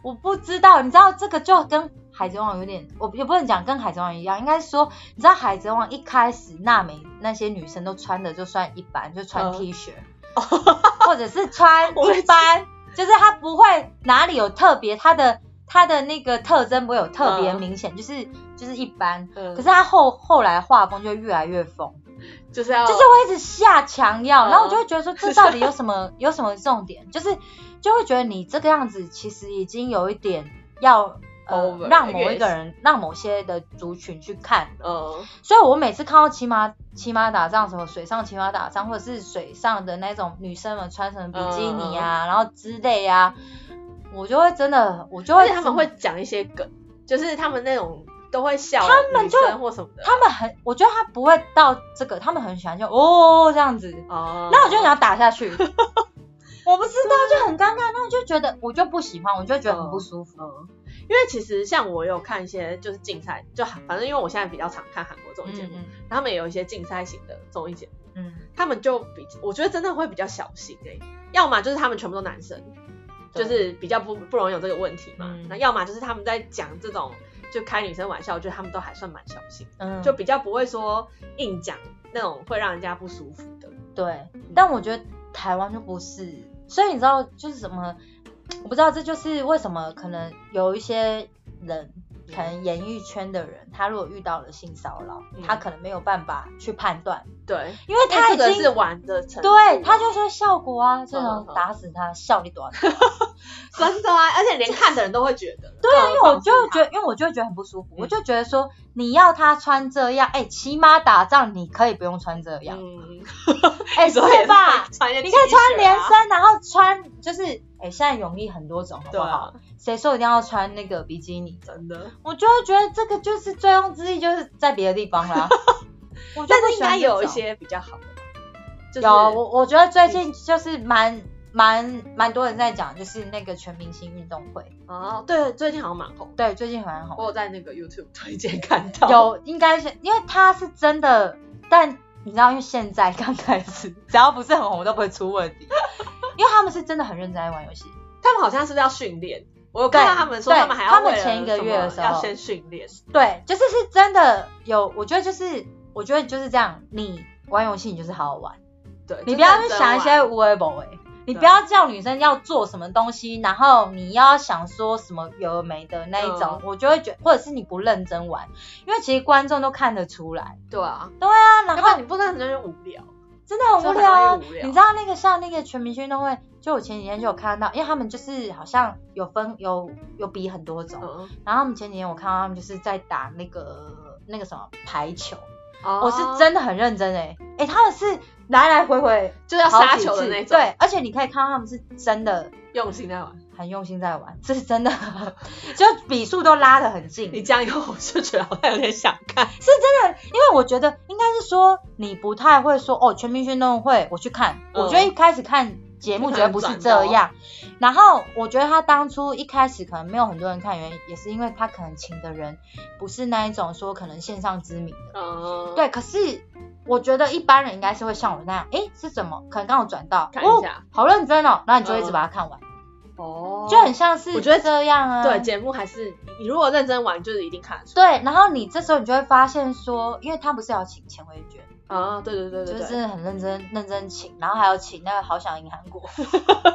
S2: 我不知道，你知道这个就跟。海贼王有点，我也不能讲跟海贼王一样，应该说，你知道海贼王一开始娜美那些女生都穿的就算一般，就穿
S1: 嗯
S2: T 恤， 或者是穿
S1: 我
S2: 一般，就是它不会哪里有特别，它的它的那个特征不会有特别
S1: 嗯
S2: 明显，就是就是一般。
S1: 嗯
S2: 可是它后后来画风就越来越疯，
S1: 就是要
S2: 就是会一直下强药，
S1: 嗯
S2: 然后我就会觉得说，这到底有什么 有什么重点？就是就会觉得你这个样子其实已经有一点要呃
S1: Over，
S2: 让某一
S1: 越
S2: 个人让某些的族群去看，
S1: 嗯
S2: 所以我每次看到骑马骑马打仗，什么水上骑马打仗，或者是水上的那种女生们穿成比基尼啊，然后之类啊，我就会真的我就
S1: 而
S2: 会
S1: 且他们会讲一些梗，就是他们那种都会笑，
S2: 他们就
S1: 或什么的。
S2: 他们很我觉得他不会到这个，他们很喜欢就哦这样子，
S1: 哦，
S2: 那我就想要打下 去。我不知道，就很尴尬，那我就觉得我就不喜欢，我就觉得很不舒服。
S1: 因为其实像我有看一些就是竞赛，就反正因为我现在比较常看韩国综艺节目，
S2: 嗯
S1: 然后他们也有一些竞赛型的综艺节目，
S2: 嗯，
S1: 他们就比我觉得真的会比较小心哎、要么就是他们全部都男生，就
S2: 对
S1: 是比较不不容易有这个问题嘛，
S2: 嗯
S1: 那要么就是他们在讲这种就开女生玩笑，我觉得他们都还算蛮小心，
S2: 嗯，
S1: 就
S2: 就
S1: 比较不会说硬讲那种会让人家不舒服的。
S2: 对。
S1: 嗯
S2: 但我觉得台湾就不是，所以你知道就是什么？我不知道，这就是为什么可能有一些人，可能演艺圈的人，他如果遇到了性骚扰，
S1: 嗯
S2: 他可能没有办法去判断，
S1: 对，
S2: 因为他
S1: 那
S2: 已
S1: 这个
S2: 经
S1: 是玩的程度，
S2: 对，他就说效果啊，这
S1: 嗯
S2: 种
S1: 嗯
S2: 打死他，笑你短。
S1: 真的啊，而且连看的人都会觉得，
S2: 对啊，因为我就
S1: 得
S2: 觉得，因为我就会觉得很不舒服，
S1: 嗯
S2: 我就觉得说，你要他穿这样，哎、骑马打仗你可以不用穿这样，
S1: 嗯，
S2: 哎、是吧？？
S1: 穿一些
S2: 你可以穿
S1: T 恤
S2: 连
S1: 啊，
S2: 身，然后穿就是，哎、现在泳衣很多种，好不
S1: 对
S2: 好
S1: 啊？，
S2: 谁、说一定要穿那个比基尼的？
S1: 真的。
S2: 我就会觉得这个就是醉翁之意，就是在别的地 方啦。我就
S1: 但
S2: 不
S1: 是
S2: 喜
S1: 应
S2: 欢
S1: 该有
S2: 这
S1: 一
S2: 种
S1: 些比较好的吧，就是
S2: 有，我我觉得最近就是蛮蛮蛮多人在讲，就是那个全明星运动会，
S1: 哦，对，最近好像蛮红，
S2: 对，最近很红。
S1: 我有在那个 YouTube 推荐看到，
S2: 有，应该是因为他是真的，但你知道，因为现在刚 开始，只要不是很红都不会出问题，因为他们是真的很认真在玩游戏。
S1: 他们好像是不是要训练？我有看到
S2: 对
S1: 他们说
S2: 对
S1: 他们还要
S2: 他们
S1: 为了
S2: 前一个月的
S1: 什么
S2: 时候
S1: 要先训练，
S2: 对，就是是真的有，我觉得就是我觉得就是这样，你玩游戏你就是好好玩，
S1: 对，
S2: 你
S1: 就
S2: 不要
S1: 认
S2: 去
S1: 真
S2: 想一些
S1: 玩
S2: 无为不为。你
S1: 对
S2: 不要叫女生要做什么东西，然后你要想说什么有的没的那一
S1: 嗯
S2: 种，我就会觉或者是你不认真玩，因为其实观众都看得出来。
S1: 对啊，
S2: 对
S1: 要
S2: 啊，然
S1: 不
S2: 后
S1: 然你不能真的无聊，
S2: 真的很无聊啊！
S1: 真的很无聊
S2: 你知道那个像那个全明星运动会，就我前几天就有看到，因为他们就是好像有分有有比很多种，
S1: 嗯，
S2: 然后他们前几天我看到他们就是在打那个那个什么排球，
S1: 哦
S2: 我是真的很认真哎、欸，哎、他们是来来回回
S1: 就是要
S2: 好
S1: 杀
S2: 几
S1: 球的
S2: 次
S1: 那种，
S2: 对，而且你可以看到他们是真的
S1: 用心在玩。
S2: 很用心在玩，这是真的， 就比数都拉得很近。
S1: 你这样以后我就觉得好像有点想看，
S2: 因为我觉得应该是说你不太会说哦，全明星运动会我去看，
S1: 嗯
S2: 我觉得一开始看节目
S1: 就可
S2: 绝
S1: 能
S2: 对不是
S1: 转
S2: 这样。然后我觉得他当初一开始可能没有很多人看，原因也是因为他可能请的人不是那一种说可能线上知名的，
S1: 嗯，
S2: 对。可是我觉得一般人应该是会像我那样，诶，是怎么？可能刚好转到，
S1: 看一
S2: 哦，
S1: 下，
S2: 好认真哦，然后你就一直把它看完，
S1: 哦
S2: 就很像是
S1: 我觉得
S2: 这样啊，
S1: 对，节目还是你如果认真玩，就是一定看得出。
S2: 对。然后你这时候你就会发现说，因为他不是要请钱维娟。
S1: 啊，对对对对
S2: 就
S1: 对，
S2: 是很认真认真请，然后还有请那个好想赢韩国，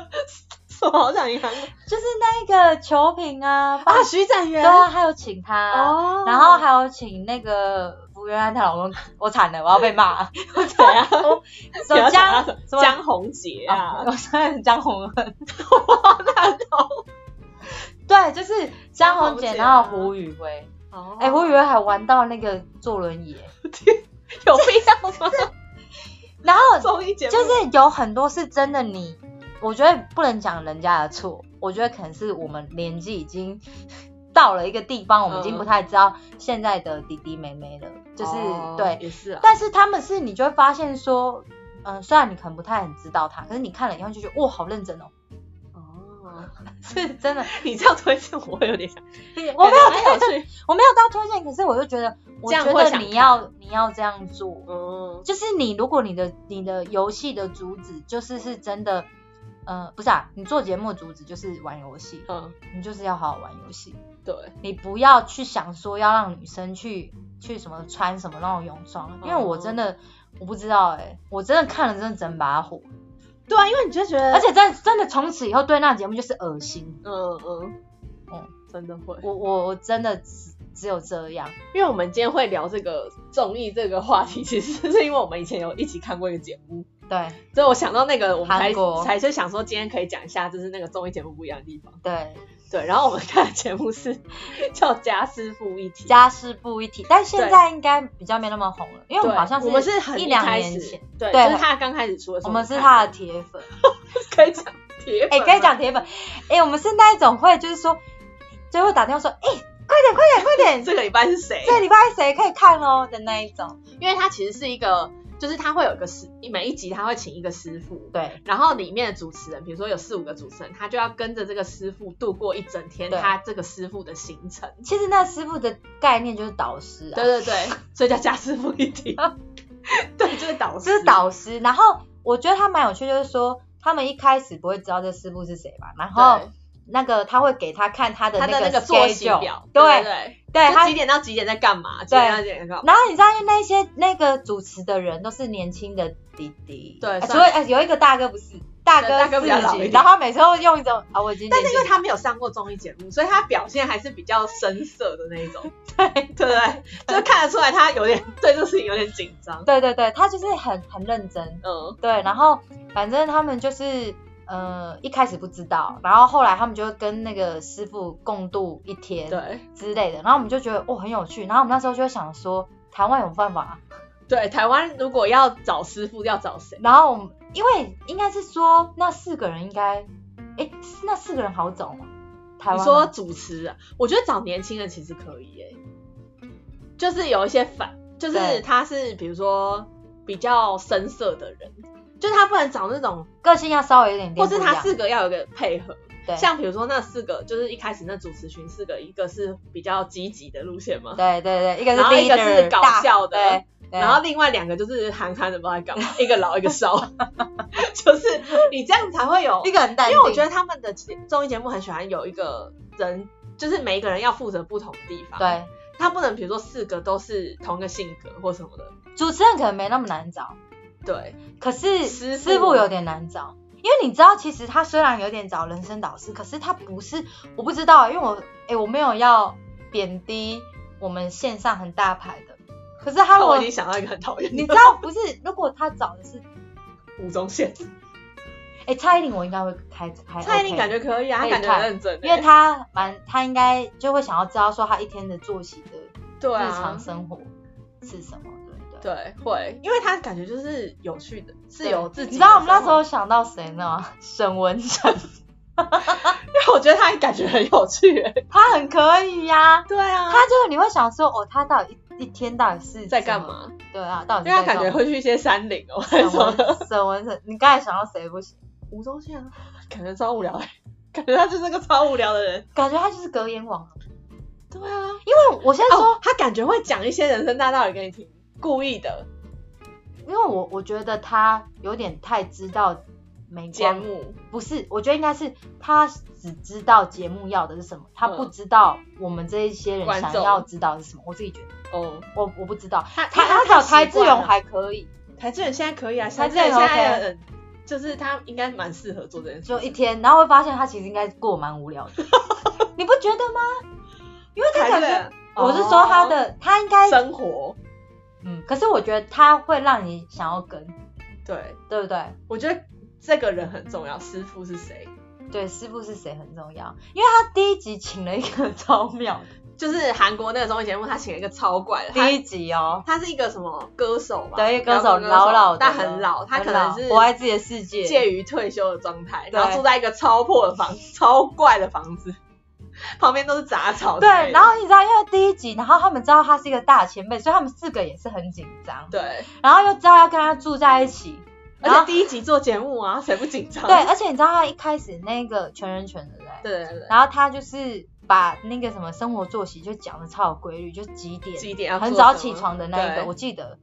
S1: 什么好想赢韩国
S2: 就是那个球评啊，棒
S1: 啊？徐展
S2: 对
S1: 元
S2: 啊，还有请他，
S1: 哦
S2: 然 后还有请那个福原爱她老公，我惨了，我要 被骂，
S1: 怎样？
S2: 什么 江
S1: 什
S2: 什么
S1: 啊江宏杰
S2: 啊
S1: 啊，
S2: 我现在是江宏恩，哦对，就是江宏
S1: 江宏
S2: 杰，
S1: 杰
S2: 然后胡宇威，
S1: 哦
S2: 哎，胡宇威还玩到那个坐轮椅，
S1: 有必要吗？
S2: 然后
S1: 综艺节目
S2: 就是有很多是真的你，我觉得不能讲人家的错，我觉得可能是我们年纪已经 到了一个地方，我们已经不太知道现在的弟弟妹妹了，就是、
S1: 哦
S2: 对，
S1: 也是啊，
S2: 但是他们是你就会发现说，嗯、虽然你可能不太很知道他，可是你看了以后就觉得哇，好认真哦，
S1: 哦，
S2: 是真的，
S1: 你这样推荐我有点想，
S2: 我没有
S1: 感觉蛮有趣，
S2: 我没有到推荐，可是我就觉得，我
S1: 这样
S2: 觉
S1: 会
S2: 得
S1: 想
S2: 你要你要这样做，
S1: 嗯，
S2: 就是你，如果你的你的游戏的主旨就是是真的，呃，不是啊，你做节目的主旨就是玩游戏，
S1: 嗯，
S2: 你就是要好好玩游戏，
S1: 对，
S2: 你不要去想说要让女生去去什么穿什么那种泳装，因为我真
S1: 哦
S2: 的我不知道哎、我真的看了真的整把火，
S1: 对啊，因为你就觉得，
S2: 而且真的真的从此以后对那节目就是恶心，
S1: 嗯嗯
S2: 嗯
S1: 嗯，真的会，
S2: 我我我真的只只有这样，
S1: 因为我们今天会聊这个综艺这个话题，其实是因为我们以前有一起看过一个节目，
S2: 对
S1: 所以我想到那个，我们才
S2: 韩国
S1: 才就想说今天可以讲一下，就是那个综艺节目不一样的地方。
S2: 对，
S1: 对，然后我们看的节目是 叫《家师傅一体》，
S2: 家事不一体，但现
S1: 对
S2: 在应该比较没那么红了，因为我们
S1: 对
S2: 好像
S1: 我们
S2: 是
S1: 是很
S2: 一两
S1: 开
S2: 年
S1: 始
S2: 前。，
S1: 对，
S2: 对
S1: 就是他刚开始出的时
S2: 我
S1: 候，
S2: 们是他的铁粉，
S1: 可以讲铁
S2: 哎、
S1: 粉吗，啊
S2: 可以 讲铁粉，哎、我们是那一种会就是说，就会打电话说，哎、快点快点快点，
S1: 这个礼拜是谁？
S2: 这礼拜谁可以看哦的那一种，
S1: 因为它其实是一个，就是它会有一个师，每一集他会请一个师傅，
S2: 对
S1: 然后里面的主持人，比如说有四五个主持人，他就要跟着这个师傅度过一整天，
S2: 对
S1: 他这个师傅的行程。
S2: 其实那师傅的概念就是导师啊，
S1: 对对对， 所以叫家师傅一体。 对，就是导师，
S2: 就是导师。然后我觉得他蛮有趣，就是说他们一开始不会知道这师傅是谁嘛，然后
S1: 对
S2: 那个他会给他看他的
S1: 他的那个作息
S2: schedule，
S1: 表，
S2: 对
S1: 对
S2: 对，
S1: 对，就
S2: 他
S1: 几点到几点在干嘛，几点到几点在干嘛。
S2: 然后你知道，因为那些那个主持的人都是年轻的弟弟，
S1: 对
S2: 呃
S1: 算
S2: 除了、呃有一个大哥不是，大哥
S1: 对大哥比较
S2: 四
S1: 老
S2: 十
S1: 一点
S2: 然后他每次都用一种啊，我已经
S1: 但是因为
S2: 年纪
S1: 他没有上过综艺节目，所以他表现还是比较生涩的那一种，
S2: 对
S1: 对不对？就是看得出来他有点对这个事情有点紧张。
S2: 对对对，他就是很很认真，
S1: 嗯，
S2: 对，然后反正他们就是呃一开始不知道，然后后来他们就跟那个师傅共度一天
S1: 对
S2: 之类的，然后我们就觉得哦很有趣，然后我们那时候就想说台湾有办法，啊
S1: 对，台湾如果要找师傅要找谁？
S2: 然后我们因为应该是说那四个人应该，哎那四个人好找吗？台湾
S1: 你
S2: 吗
S1: 说主持人，我觉得找年轻人其实可以耶，就是有一些反，就是
S2: 对
S1: 他是比如说比较深色的人，就是他不能找那种，
S2: 个性要稍微有点
S1: 或
S2: 点不
S1: 是
S2: 一
S1: 他
S2: 样，
S1: 四个要有一个配合，
S2: 对
S1: 像比如说那四个，就是一开始那主持群四个，一个是比较积极的路线嘛，
S2: 对对对，一个是
S1: 然后一个
S2: leader，
S1: 是搞笑的
S2: 大对，对啊
S1: 然后另外两个就是憨憨的不知道在干嘛，一个老一个 少，就是你这样才会有
S2: 一个很淡定，
S1: 因为我觉得他们的节综艺节目很喜欢有一个人，就是每一个人要负责不同的地方。，
S2: 对
S1: 他不能比如说四个都是同一个性格或什么的。
S2: 主持人可能没那么难找，
S1: 对，
S2: 可是
S1: 师傅
S2: 师傅有点难找，因为你知道，其实他虽然有点找人生导师，可是他不是，我不知道，因为我哎我没有要贬低我们线上很大牌的，可是
S1: 那
S2: 他如
S1: 哦我
S2: 果
S1: 已经想到一个很讨厌
S2: 你
S1: 的
S2: 知道不是，如果他找的是
S1: 吴宗 宪，
S2: 哎蔡依林，我应该会开开
S1: 蔡依林
S2: OK
S1: 感觉可以啊，她
S2: 可以
S1: 感觉
S2: 看
S1: 很认真欸，
S2: 因为他蛮他应该就会想要知道说他一天的作息的
S1: 对
S2: 日常
S1: 啊，
S2: 生活是什么，对不对？啊
S1: 对，会，因为他感觉就是有趣的，是有自己的。
S2: 你知道我们那时候，想到谁呢？ 沈文成，
S1: 因为我觉得他感觉很有趣欸 耶。
S2: 他很可以呀、
S1: 对啊
S2: 他就是你会想说，哦，他到底一一天到底是
S1: 在干
S2: 怎么？
S1: 嘛？
S2: 对啊，到
S1: 因
S2: 底
S1: 为
S2: 是
S1: 他
S2: 在
S1: 感觉
S2: 干嘛
S1: 会去一些山林哦，还是
S2: 沈
S1: 什么
S2: 文 沈文成，你刚才想到谁不行？
S1: 吴宗宪啊，感觉超无聊哎， 感觉他就是个超无聊的人。
S2: 感觉他就是隔烟网红。
S1: 对啊，
S2: 因为我现在说，
S1: 哦，他感觉会讲一些人生大道理给你听，故意的
S2: 因为我我觉得他有点太知道美
S1: 节
S2: 光
S1: 目，
S2: 不是，我觉得应该是他只知道节目要的是什么，他
S1: 嗯
S2: 不知道我们这一些人
S1: 观
S2: 想
S1: 众
S2: 要知道的是什么。我自己觉得，
S1: 哦，
S2: 我我不知道。
S1: 他
S2: 他
S1: 他
S2: 他找台志勇还可以，
S1: 台志远现在可以啊，
S2: 台
S1: 台
S2: 志
S1: 志
S2: 远
S1: 远现在
S2: OK
S1: 的人就是他应该蛮适合做这件事，
S2: 就一天，然后会发现他其实应该过蛮无聊的， 你不觉得吗？因为他
S1: 台
S2: 感
S1: 志
S2: 觉，
S1: 远
S2: 我是说他的，他应该，
S1: 生活，
S2: 嗯，可是我觉得他会让你想要跟，
S1: 对
S2: 对不对？
S1: 我觉得这个人很重要，师傅是谁？
S2: 对，师傅是谁很重要，因为他第一集请了一个 超妙的，
S1: 就是韩国那个综艺节目，他请了一个超怪的，他
S2: 第一集哦，
S1: 他是一个什么歌手吧？
S2: 对，一个歌手
S1: 摇滚
S2: 老老的，
S1: 但很老，他可能
S2: 很
S1: 是
S2: 老活在自己的世界，
S1: 介于退休的状态，
S2: 对
S1: 然后住在一个超破的房，超怪的房子，旁边都是杂草之类的。
S2: 对，然后你知道，因为第一集，然后他们知道他是一个大前辈，所以他们四个也是很紧张，
S1: 对，
S2: 然后又知道要跟他住在一起，
S1: 而
S2: 然后
S1: 且第一集做节目啊，谁不紧张？
S2: 对，而且你知道他一开始那个全人全的对，
S1: 对对
S2: 然后他就是把那个什么生活作息就讲的超有规律，就几
S1: 对，
S2: 点
S1: 几点要做
S2: 很早
S1: 什么
S2: 起床的那一个，
S1: 对
S2: 我记得。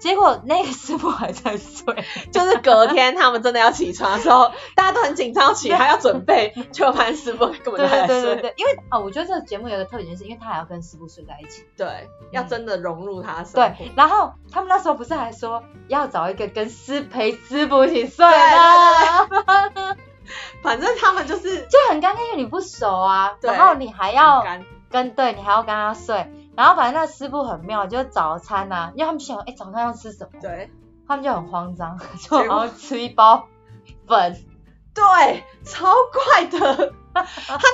S2: 结果那个师傅还在睡，
S1: 就是隔天他们真的要起床的时候，大家都很紧张起，还要准备，就潘师傅根本就
S2: 对对
S1: 还在
S2: 对对
S1: 睡，
S2: 对，因为啊、我觉得这个节目有个特点，就是因为他还要跟师傅睡在一起。
S1: 对，要真的融入他的生活
S2: 对，。然后他们那时候不是还说要找一个跟师陪师傅一起睡
S1: 对
S2: 的，
S1: 反正他们就是
S2: 就很尴尬，因为你不熟啊，
S1: 对
S2: 然后你还要
S1: 很干
S2: 跟对你还要跟他睡，然后反正那师傅很妙，就是早餐啊，因为他们想哎、早餐要吃什么，
S1: 对
S2: 他们就很慌张， 就
S1: 果
S2: 然后吃一包粉，
S1: 对，超怪的。他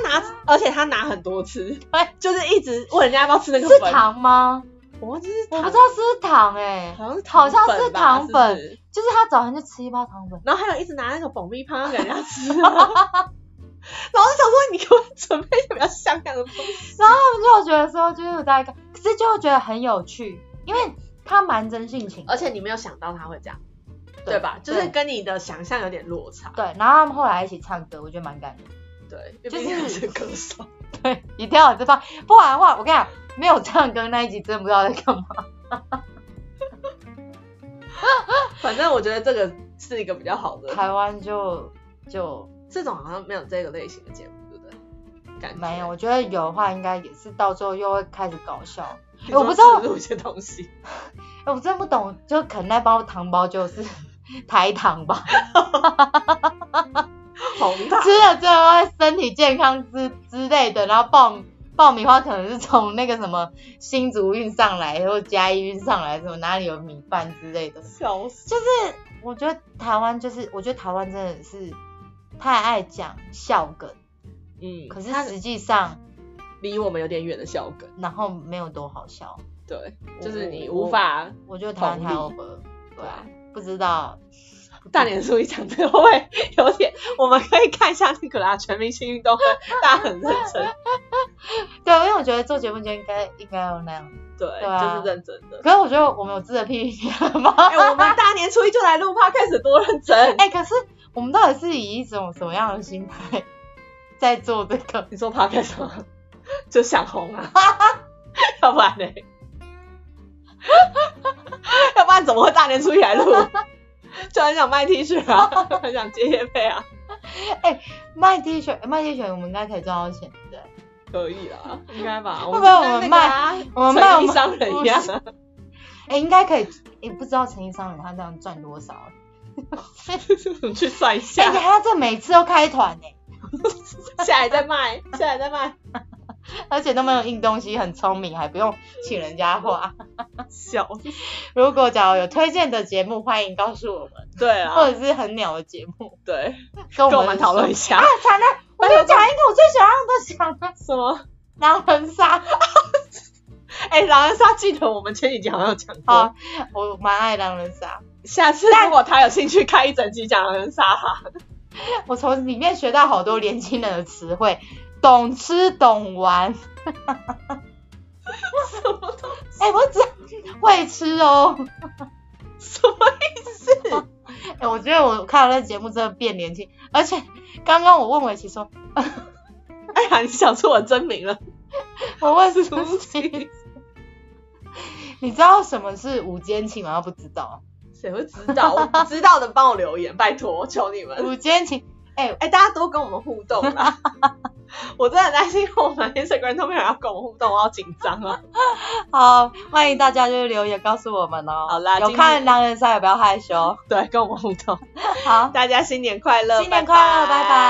S1: 拿，而且他拿很多吃，
S2: 对
S1: 就是一直问人家要不要 吃那个
S2: 是
S1: 粉。
S2: 糖吗？
S1: 我忘记是
S2: 我
S1: 糖
S2: 不知道是不是糖哎、
S1: 好像是
S2: 好像是
S1: 粉吧
S2: 糖粉
S1: 是不是
S2: 就是他早上就吃一包糖粉，
S1: 然后还有一直拿那个保密棒给人家 吃，然后就想说你给我准备一个比较像样的东西。
S2: 他们就觉得说就是有在看，可是就觉得很有趣，因为他蛮真性情的，
S1: 而且你没有想到他会这样，
S2: 对
S1: 对吧？就是
S2: 对
S1: 跟你的想象有点落差，
S2: 对，然后他们后来一起唱歌，我觉得蛮感人 的，
S1: 对，
S2: 就
S1: 就是是他 是歌手，
S2: 对，一定要有这方，不然的话我跟你讲，没有唱歌那一集真不知道在干嘛，
S1: 反正我觉得这个是一个比较好的，
S2: 台湾就就
S1: 这种好像没有这个类型的节目，对不对？感觉
S2: 没有，我觉得有的话应该也是到最后又会开始搞笑。
S1: 你说
S2: 我不知道
S1: 植入一些东西，
S2: 哎，我真的不懂，就可能那包糖包就是台糖吧，
S1: 红 糖
S2: 吃了之后会身体健康之之类的，然后爆爆米花可能是从那个什么新竹运上来，或嘉义运上来，什么哪里有米饭之类的。
S1: 笑死，
S2: 我觉得台湾就是，我觉得台湾真的是太爱讲笑梗，
S1: 嗯，
S2: 可是
S1: 它
S2: 实际上
S1: 离我们有点远的笑梗，
S2: 然后没有多好笑，
S1: 对，就是你
S2: 我
S1: 无法
S2: 我觉得台湾太
S1: 同
S2: over，了对啊，不知道
S1: 大年初一讲这个会有点，我们可以看一下那个啦，全明星运动会，大家很认真，
S2: 对，因为我觉得做节目就应该应该要那样。
S1: 对，
S2: 啊
S1: 就是认真的。
S2: 可是我觉得我们有资格批评他吗？
S1: 哎、我们大年初一就来录 podcast，多认真。
S2: 哎、可是我们到底是以一种什么样的心态 在做这个？
S1: 你说 podcast 吗？就想红啊， 要不然呢？ 要不然怎么会大年初一来录？ 就很想卖 T 恤啊， 很想接业配啊，
S2: 卖 T 恤，卖 T 恤，我们应该可以赚到钱，对不对？
S1: 可以啊啦，应该吧？
S2: 会不会我们
S1: 就跟那个啊
S2: 我们卖我
S1: 成衣
S2: 们
S1: 商人一样啊？
S2: 哎、应该可以。哎、不知道陈医商人他这样赚多少？啊
S1: 去算一
S2: 哎、
S1: 下
S2: 欸，，他这每次都开团呢、
S1: 下来再卖，下来再卖，
S2: 而且都没有印东西，很聪明，还不用请人家花。
S1: 笑死。
S2: 如果假如有推荐的节目，欢迎告诉我们，
S1: 对啊，
S2: 或者是很鸟的节目，
S1: 对，
S2: 跟我
S1: 跟
S2: 们
S1: 我们讨论一
S2: 下。
S1: 下
S2: 啊，惨了！我跟你讲一个我最想要的想
S1: 什么？
S2: 狼人杀，
S1: 哎、哎、狼人杀记得我们前几集好像有讲过，
S2: 啊，我蛮爱狼人杀，
S1: 下次如果他有兴趣开一整集讲狼人杀哈，
S2: 我从里面学到好多年轻人的词汇，懂吃懂玩。
S1: 什么都
S2: 哎、我只会吃哦。
S1: 什么
S2: 哎、我觉得我看了那节目真的变年轻，而且刚刚我问伟奇说，
S1: 哎呀，你想出我真名了，
S2: 我问
S1: 是
S2: 舒
S1: 无
S2: 淇，
S1: 情，
S2: 你知道什么是午间情吗？不知道。
S1: 谁会知道？我不知道的帮我留言，拜托，求你们。
S2: 午间情，哎、
S1: 哎、大家多跟我们互动啦！我真的很担心我们 Instagram 都没有人要跟我们互动，我好紧张啊！
S2: 好，欢迎大家就是留言告诉我们哦。
S1: 好啦
S2: 有
S1: 今
S2: 看
S1: 天
S2: 狼人杀也不要害羞。
S1: 对，跟我们互动，
S2: 好，
S1: 大家新年快乐，
S2: 新年快乐，拜拜。